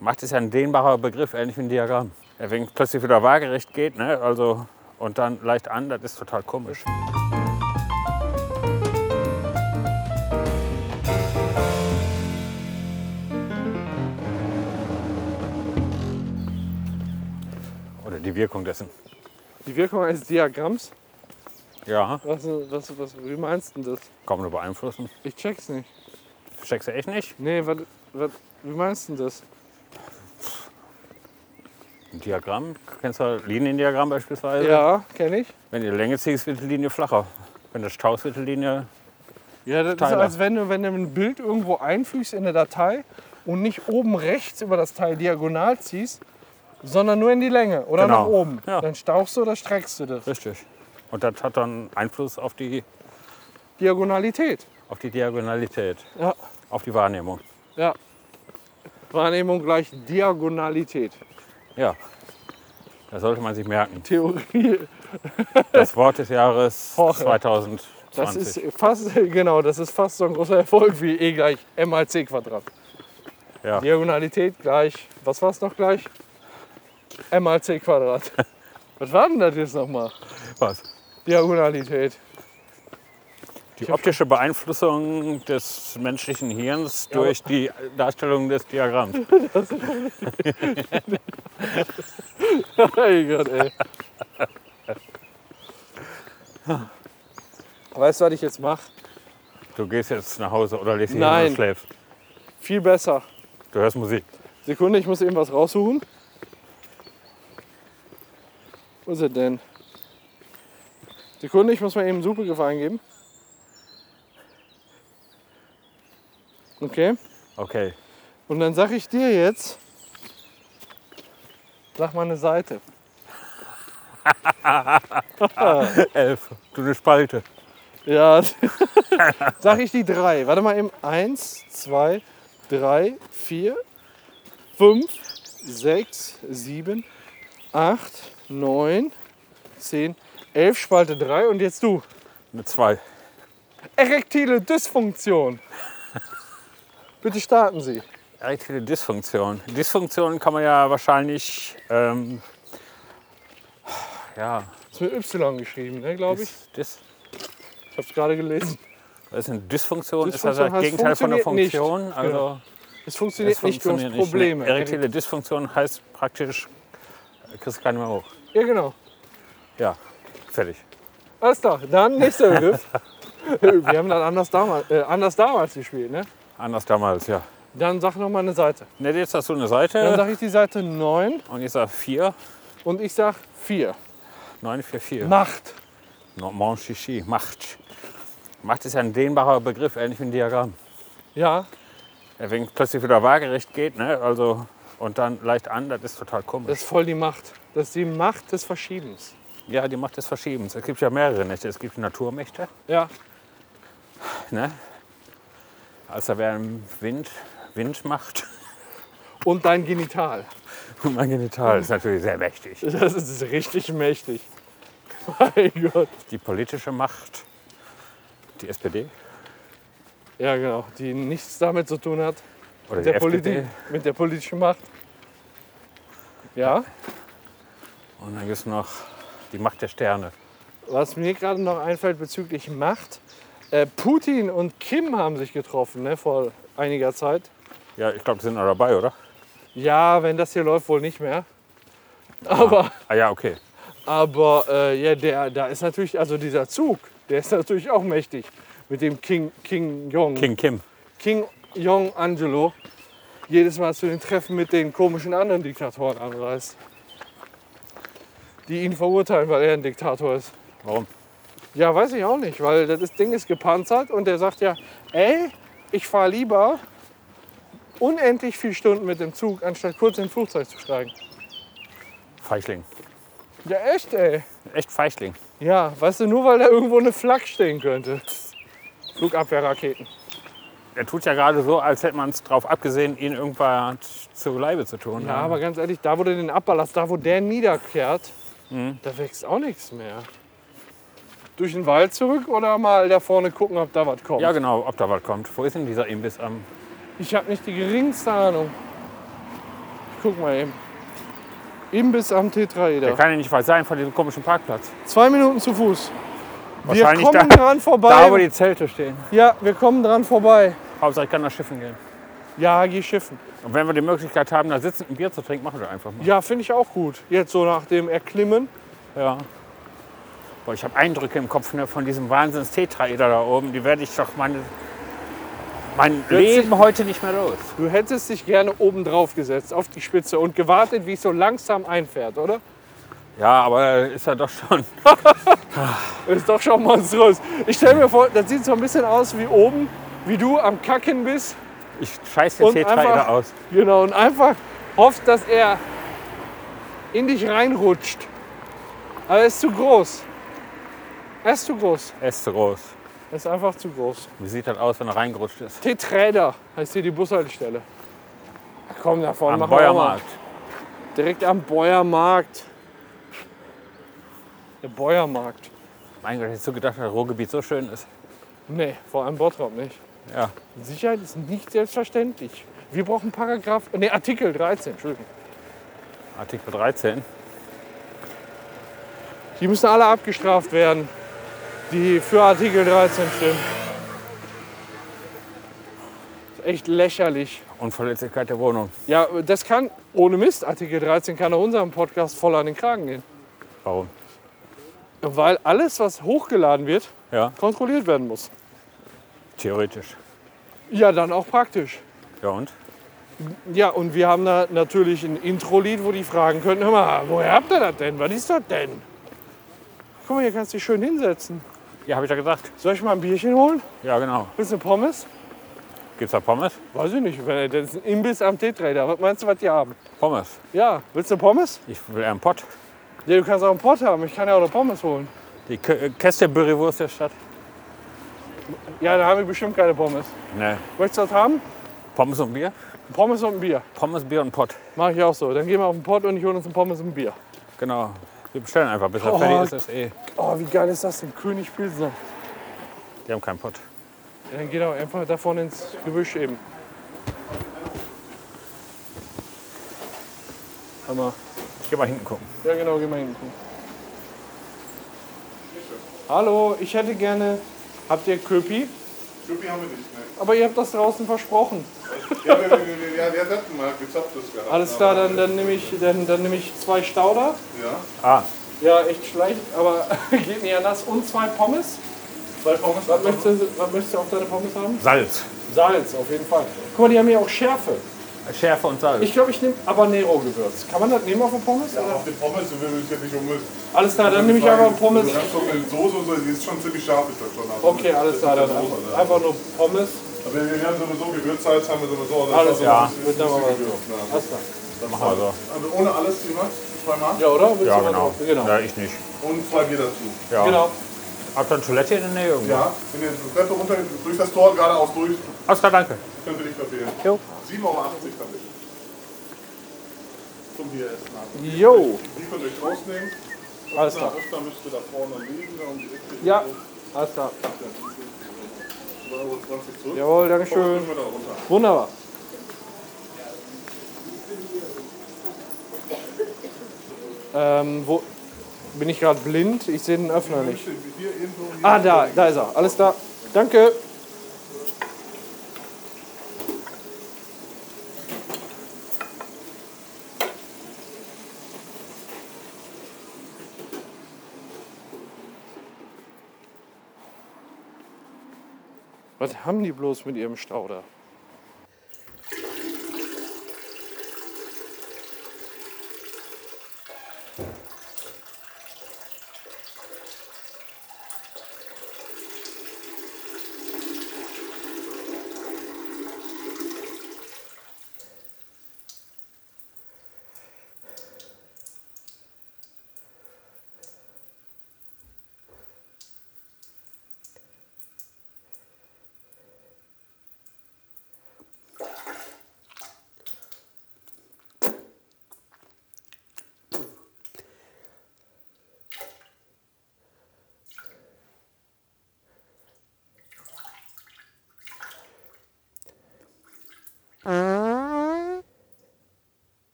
Macht ist ja ein dehnbarer Begriff, ähnlich wie ein Diagramm. Ja, Wenn plötzlich wieder waagerecht geht ne? also, und dann leicht an, das ist total komisch. Oder die Wirkung dessen. Die Wirkung eines Diagramms? Ja, Was, was, was, wie meinst du denn das? kaum nur beeinflussen. Ich check's nicht. Checkst du echt nicht? Nee, wat, wat, wie meinst du denn das? Ein Diagramm, kennst du Liniendiagramm beispielsweise? Ja, kenne ich. Wenn du die Länge ziehst, wird die Linie flacher. Wenn du staust, wird die Linie Ja, das Tyler. ist, als wenn du, wenn du ein Bild irgendwo einfügst in eine Datei und nicht oben rechts über das Teil diagonal ziehst, sondern nur in die Länge oder Genau. nach oben. Ja. Dann stauchst du oder streckst du das. richtig. Und das hat dann Einfluss auf die, Diagonalität. auf die Diagonalität, Ja. auf die Wahrnehmung. ja. Wahrnehmung gleich Diagonalität. Ja, das sollte man sich merken. Theorie. Das Wort des Jahres Hoche. 2020. Das ist fast, genau, das ist fast so ein großer Erfolg wie E gleich M mal C Quadrat. Ja. Diagonalität gleich, was war es noch gleich? M mal C Quadrat. was war denn das jetzt nochmal? was? Diagonalität. Die optische Beeinflussung des menschlichen Hirns durch die Darstellung des Diagramms. Hey Gott, ey. Weißt du, was ich jetzt mache? Du gehst jetzt nach Hause oder legst dich hin Nein. und schläfst. Viel besser. Du hörst Musik. Sekunde, ich muss eben was raussuchen. Wo ist er denn? Sekunde, ich muss mal eben einen Suchbegriff eingeben. Okay. Okay. Und dann sag ich dir jetzt, sag mal eine Seite. Elf. Du eine Spalte. Ja. Sag ich die drei. Warte mal eben. Eins, zwei, drei, vier, fünf, sechs, sieben, acht, neun, zehn, elf, Spalte drei. Und jetzt du. Eine zwei. Erektile Dysfunktion. Bitte starten Sie. Erektile Dysfunktion. Dysfunktion kann man ja wahrscheinlich, ähm, ja, Ist mit Y geschrieben, ne, glaube ich. Dys, Dys, Ich habe es gerade gelesen. was ist eine Dysfunktion? Ist das Dysfunktion das heißt, Gegenteil von einer funktioniert nicht. Funktion? Also Es funktioniert, es nicht, du funktioniert hast Probleme. nicht. Erektile Dysfunktion heißt praktisch, äh, kriegst keine mehr hoch. Ja, genau. Ja, fertig. Alles klar, dann nächster Begriff. Wir haben dann anders damals, äh, anders damals gespielt, ne? Anders damals, ja. Dann sag noch mal eine Seite. Ne, jetzt hast du eine Dann Seite sag ich die Seite 9 und jetzt sag 4, und ich sag 4. 9, 4, 4. Macht. Normand Chichi, Macht. Macht ist ja ein dehnbarer Begriff, ähnlich wie ein Diagramm. Ja, Ja, Wenn plötzlich wieder waagerecht geht, ne? Also und dann leicht an, das ist total komisch. das ist voll die Macht. Das ist die Macht des Verschiebens. ja, die Macht des Verschiebens. Es gibt ja mehrere Nächte. Es gibt die Naturmächte, Ja, ne? Als da wäre ein Wind, Windmacht. und dein Genital. Und mein Genital ist natürlich sehr mächtig. Das ist richtig mächtig. Mein Gott. Die politische Macht, die SPD Ja, genau. Die nichts damit zu tun hat. oder Mit die der, FDP. Politik, mit der politischen Macht. Ja, Und dann gibt es noch die Macht der Sterne. was mir gerade noch einfällt bezüglich Macht. Äh, Putin und Kim haben sich getroffen ne, vor einiger Zeit. Ja, ich glaube, die sind noch dabei, oder? Ja, wenn das hier läuft, wohl nicht mehr. Aber Ah ja, okay. Aber äh, ja, der, da ist natürlich, also dieser Zug, der ist natürlich auch mächtig. Mit dem King, King Jong. King Kim. King Jong Angelo. Jedes Mal zu den Treffen mit den komischen anderen Diktatoren anreist. Die ihn verurteilen, weil er ein Diktator ist. Warum? Ja, weiß ich auch nicht, weil das Ding ist gepanzert und der sagt ja, ey, ich fahre lieber unendlich viele Stunden mit dem Zug, anstatt kurz in ein Flugzeug zu steigen. Feichling. Ja, echt, ey. Echt Feichling. Ja, weißt du, nur weil da irgendwo eine Flak stehen könnte. Flugabwehrraketen. Er tut ja gerade so, als hätte man es drauf abgesehen, ihn irgendwas zu Leibe zu tun. Ja, aber ganz ehrlich, da wo du den abballerst, da wo der niederkehrt, Mhm. da wächst auch nichts mehr. Durch den Wald zurück oder mal da vorne gucken, ob da was kommt. Ja, genau, ob da was kommt. Wo ist denn dieser Imbiss am. Ich habe nicht die geringste Ahnung. guck mal eben. Imbiss am Der Tetraeder. kann ja nicht weit sein von diesem komischen Parkplatz. Zwei Minuten zu Fuß. Wir Wahrscheinlich kommen da- dran Da, wo vorbei. die Zelte stehen. Ja, wir kommen dran vorbei. Hauptsache, ich kann nach Schiffen gehen. Ja, geh schiffen. Und wenn wir die Möglichkeit haben, da sitzend ein Bier zu trinken, machen wir das einfach mal. Ja, finde ich auch gut. Jetzt so nach dem Erklimmen. Ja. Boah, ich habe Eindrücke im Kopf ne, von diesem wahnsinns Tetraeder da oben. Die werde ich doch meine, mein Plötzlich- Leben heute nicht mehr los. Du hättest dich gerne oben drauf gesetzt, auf die Spitze und gewartet, wie es so langsam einfährt, oder? Ja, aber ist ja doch schon. Ist doch schon monströs. Ich stelle mir vor, das sieht so ein bisschen aus wie oben, wie du am Kacken bist. Ich scheiß den Und Tetraeder einfach- aus. Genau, und einfach hofft, dass er in dich reinrutscht. Aber er ist zu groß. Er ist zu groß. Er ist zu groß. Er ist einfach zu groß. Wie sieht das aus, wenn er reingerutscht ist? Teträder heißt hier die Bushaltestelle. Ach Komm, da vorne Am machen wir auch mal. Bäuermarkt. Direkt am Bäuermarkt. Der Bäuermarkt. Mein Gott, hättest du gedacht, dass das Ruhrgebiet so schön ist? Nee, vor allem Bottrop nicht. Ja. Sicherheit ist nicht selbstverständlich. Wir brauchen Paragraph, nee, Artikel 13, Entschuldigung. Artikel 13. Die müssen alle abgestraft werden, die für Artikel 13 stimmen. Ist echt lächerlich. Unverletzlichkeit der Wohnung. Ja, das kann, ohne Mist, Artikel 13 kann auch unserem Podcast voll an den Kragen gehen. Warum? Weil alles, was hochgeladen wird, Ja, kontrolliert werden muss. theoretisch. Ja, dann auch praktisch. Ja und? Ja, und wir haben da natürlich ein Intro-Lied, wo die fragen können, hör mal, woher habt ihr das denn? Was ist das denn? Guck mal, hier kannst du dich schön hinsetzen. Ja, habe ich ja gesagt. Soll ich mal ein Bierchen holen? Ja, genau. Willst du eine Pommes? Gibt's da Pommes? Weiß ich nicht, wenn das ist ein Imbiss am Tetraeder. Was meinst du, was die haben? Pommes. Ja, willst du eine Pommes? Ich will eher einen Pott. Ja, du kannst auch einen Pott haben. Ich kann ja auch eine Pommes holen. Die Kästebürrewurst der Stadt? Ja, da haben wir bestimmt keine Pommes. Ne. Möchtest du was haben? Pommes und Bier? Pommes und ein Bier. Pommes, Bier und Pott. Mach ich auch so. Dann gehen wir auf den Pott und ich hole uns ein Pommes und ein Bier. Genau. Wir bestellen einfach, bis Oh. er fertig ist. ist eh. Oh, wie geil ist das denn? König Pilsner. Die haben keinen Pott. Ja, dann geht er einfach davon ins Gebüsch eben. Hammer. Ich geh mal hinten gucken. Ja, genau, geh mal hin. Hallo, ich hätte gerne. Habt ihr Köpi? Schnuppi haben wir nicht mehr. Aber ihr habt das draußen versprochen. Ja, wir, wir, wir, wir, wir hatten mal gezapftes gehabt. Alles klar, dann, dann nehme ich, dann, dann nehm ich zwei Stauder. Ja. Ah, Ja, echt schlecht, aber geht nicht anders. Und zwei Pommes. Zwei Pommes. Was möchtest, du, was möchtest du auf deine Pommes haben? Salz. Salz, auf jeden Fall. Guck mal, die haben hier auch Schärfe. Schärfe und Salz. Ich glaube, ich nehme Habanero-Gewürz. Kann man das nehmen auf eine Pommes? oder? Auf den Pommes, wir müssen jetzt nicht ummüssen. Alles klar, dann nehme ich einfach Pommes. Du hast so eine Soße und so, die ist schon ziemlich scharf, ist das schon. aber- Okay, alles klar, dann Soße, einfach, ne? einfach nur Pommes. Aber wir, wir haben sowieso Gewürzsalz, haben wir sowieso. also Alles so klar, ein bisschen- wird dann mal bisschen so. Gewürz, ne? Alles klar. Dann machen wir so. Also ohne alles, die macht, zweimal. Ja, oder? Willst Ja, du mal genau. drauf? Genau. Ja, ich nicht. Und zwei Bier dazu. Ja. genau. Habt ihr eine Toilette in der Nähe irgendwo? Ja, wenn ihr die Treppe runter, durch das Tor geradeaus durch, Alles klar, danke. könnt ihr nicht verfehlen. Jo. 7,80 Euro damit. Zum Bier essen. also. Jo, Die könnt ihr euch rausnehmen. alles Öfter, klar. öfter müsste da vorne liegen und richtig Ja, alles klar. 2,20 Euro zurück. Jawohl, Schön. Dankeschön. wir da runter. Wunderbar. Ähm, wo bin ich gerade blind? Ich sehe den Öffner nicht. Hier irgendwo hier. Ah, da, da ist er. Alles klar. Danke. Was haben die bloß mit ihrem Stauder?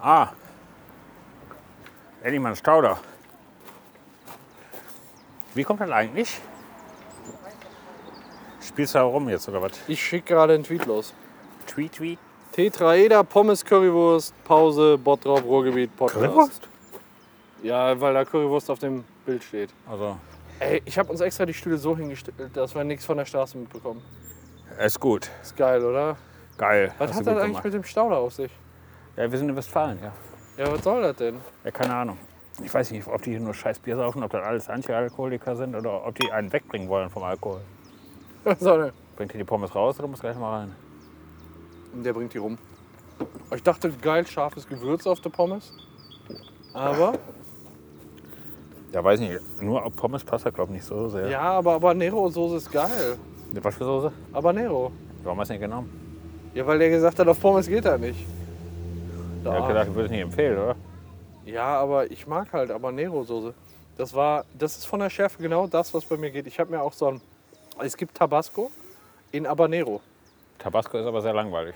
Ah. Endlich mal ein Stauder. Wie kommt das eigentlich? Spielst du herum jetzt oder was? Ich schicke gerade einen Tweet los. Tweet, tweet. Tetraeder, Pommes, Currywurst, Pause, Bottrop, Ruhrgebiet, Podcast. Ja, weil da Currywurst auf dem Bild steht. Also, Ey, ich habe uns extra die Stühle so hingestellt, dass wir nichts von der Straße mitbekommen. ist gut. Ist geil, oder? Geil. Was Hast hat du das gut eigentlich gemacht. mit dem Stauder auf sich? Ja, wir sind in Westfalen, ja. Ja, was soll das denn? Ja, keine Ahnung. Ich weiß nicht, ob die hier nur scheiß Bier saufen, ob das alles Anti-Alkoholiker sind oder ob die einen wegbringen wollen vom Alkohol. Was soll das? Bringt ihr die Pommes raus oder muss gleich mal rein? Und der bringt die rum. Ich dachte, geil scharfes Gewürz auf der Pommes. Aber, Ja, weiß nicht. Nur auf Pommes passt das, glaube ich, nicht so sehr. ja, aber Habanero-Soße ist geil. Mit Was für Soße? Habanero. Warum hast du nicht genommen? Ja, weil der gesagt hat, auf Pommes geht er nicht. Ich Da. hab gedacht, ich würde es nicht empfehlen, oder? Ja, aber ich mag halt Habanero-Soße. Das war, das ist von der Schärfe genau das, was bei mir geht. Ich habe mir auch so ein, es gibt Tabasco in Habanero, Tabasco ist aber sehr langweilig.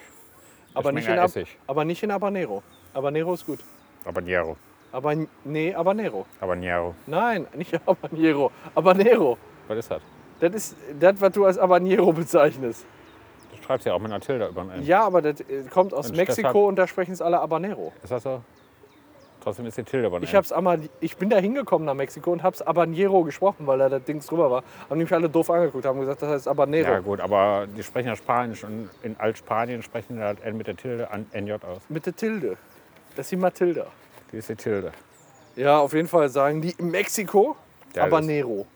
aber nicht in, ja Hab- Essig. aber nicht in Habanero. Habanero ist gut. Habanero. Aber nee, Habanero. Habanero. Nein, nicht Habanero, Habanero. Was ist das? Das ist das, was du als Habanero bezeichnest. Du schreibst ja auch mit einer Tilde über ein Ja, aber das äh, kommt aus Und Mexiko deshalb- und da sprechen es alle Habanero. Ist das so? Trotzdem ist die Tilde über ein Ich, hab's Aman ich bin da hingekommen nach Mexiko und hab's Habanero gesprochen, weil da das Ding drüber war. Haben die mich alle doof angeguckt, haben gesagt, das heißt Habanero. Ja gut, aber die sprechen ja Spanisch und in Altspanien sprechen die halt N mit der Tilde an NJ aus. Mit der Tilde. Das ist die Matilda. Die ist die Tilde. Ja, auf jeden Fall sagen die in Mexiko Geil ist. Habanero.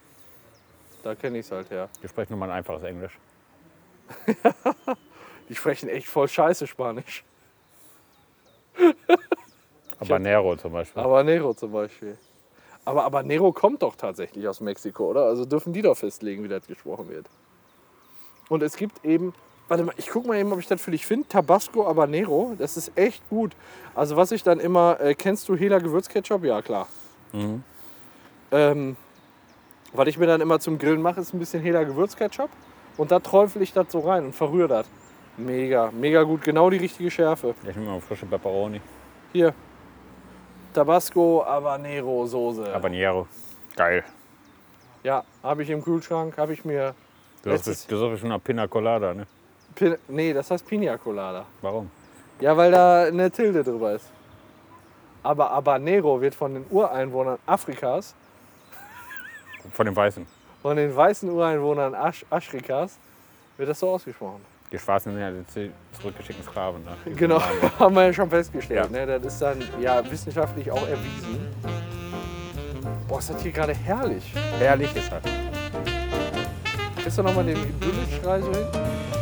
Da kenne ich es halt her. Die sprechen nur mal ein einfaches Englisch. Die sprechen echt voll scheiße Spanisch. Habanero zum Beispiel. Habanero zum Beispiel. Aber Habanero kommt doch tatsächlich aus Mexiko, oder? Also dürfen die doch festlegen, wie das gesprochen wird. Und es gibt eben, warte mal, ich guck mal eben, ob ich das für dich finde. Tabasco Habanero, das ist echt gut. Also was ich dann immer, äh, kennst du Hela Gewürzketchup? Ja, klar. Ähm, was ich mir dann immer zum Grillen mache, ist ein bisschen Hela Gewürzketchup. Und da träufel ich das so rein und verrühre das. Mega, mega gut. Genau die richtige Schärfe. Ich nehme mal frische Pepperoni. Hier. Tabasco Habanero Soße. Habanero. Geil. Ja, habe ich im Kühlschrank, habe ich mir. Du Letztes- sollst du sollst schon eine Pina Colada, ne? Pin nee, das heißt Pina Colada. Warum? Ja, weil da eine Tilde drüber ist. Aber Habanero wird von den Ureinwohnern Afrikas, Von den Weißen. von den weißen Ureinwohnern Asch Afrikas, wird das so ausgesprochen. Die Schwarzen sind ja die zi- zurückgeschickten Sklaven. Ne? Die sind Genau, Arme. haben wir ja schon festgestellt. Ne? Das ist dann ja wissenschaftlich auch erwiesen. Boah, ist das hier gerade herrlich. Herrlich ist das. Kriegst du nochmal den Bundesschrei so hin?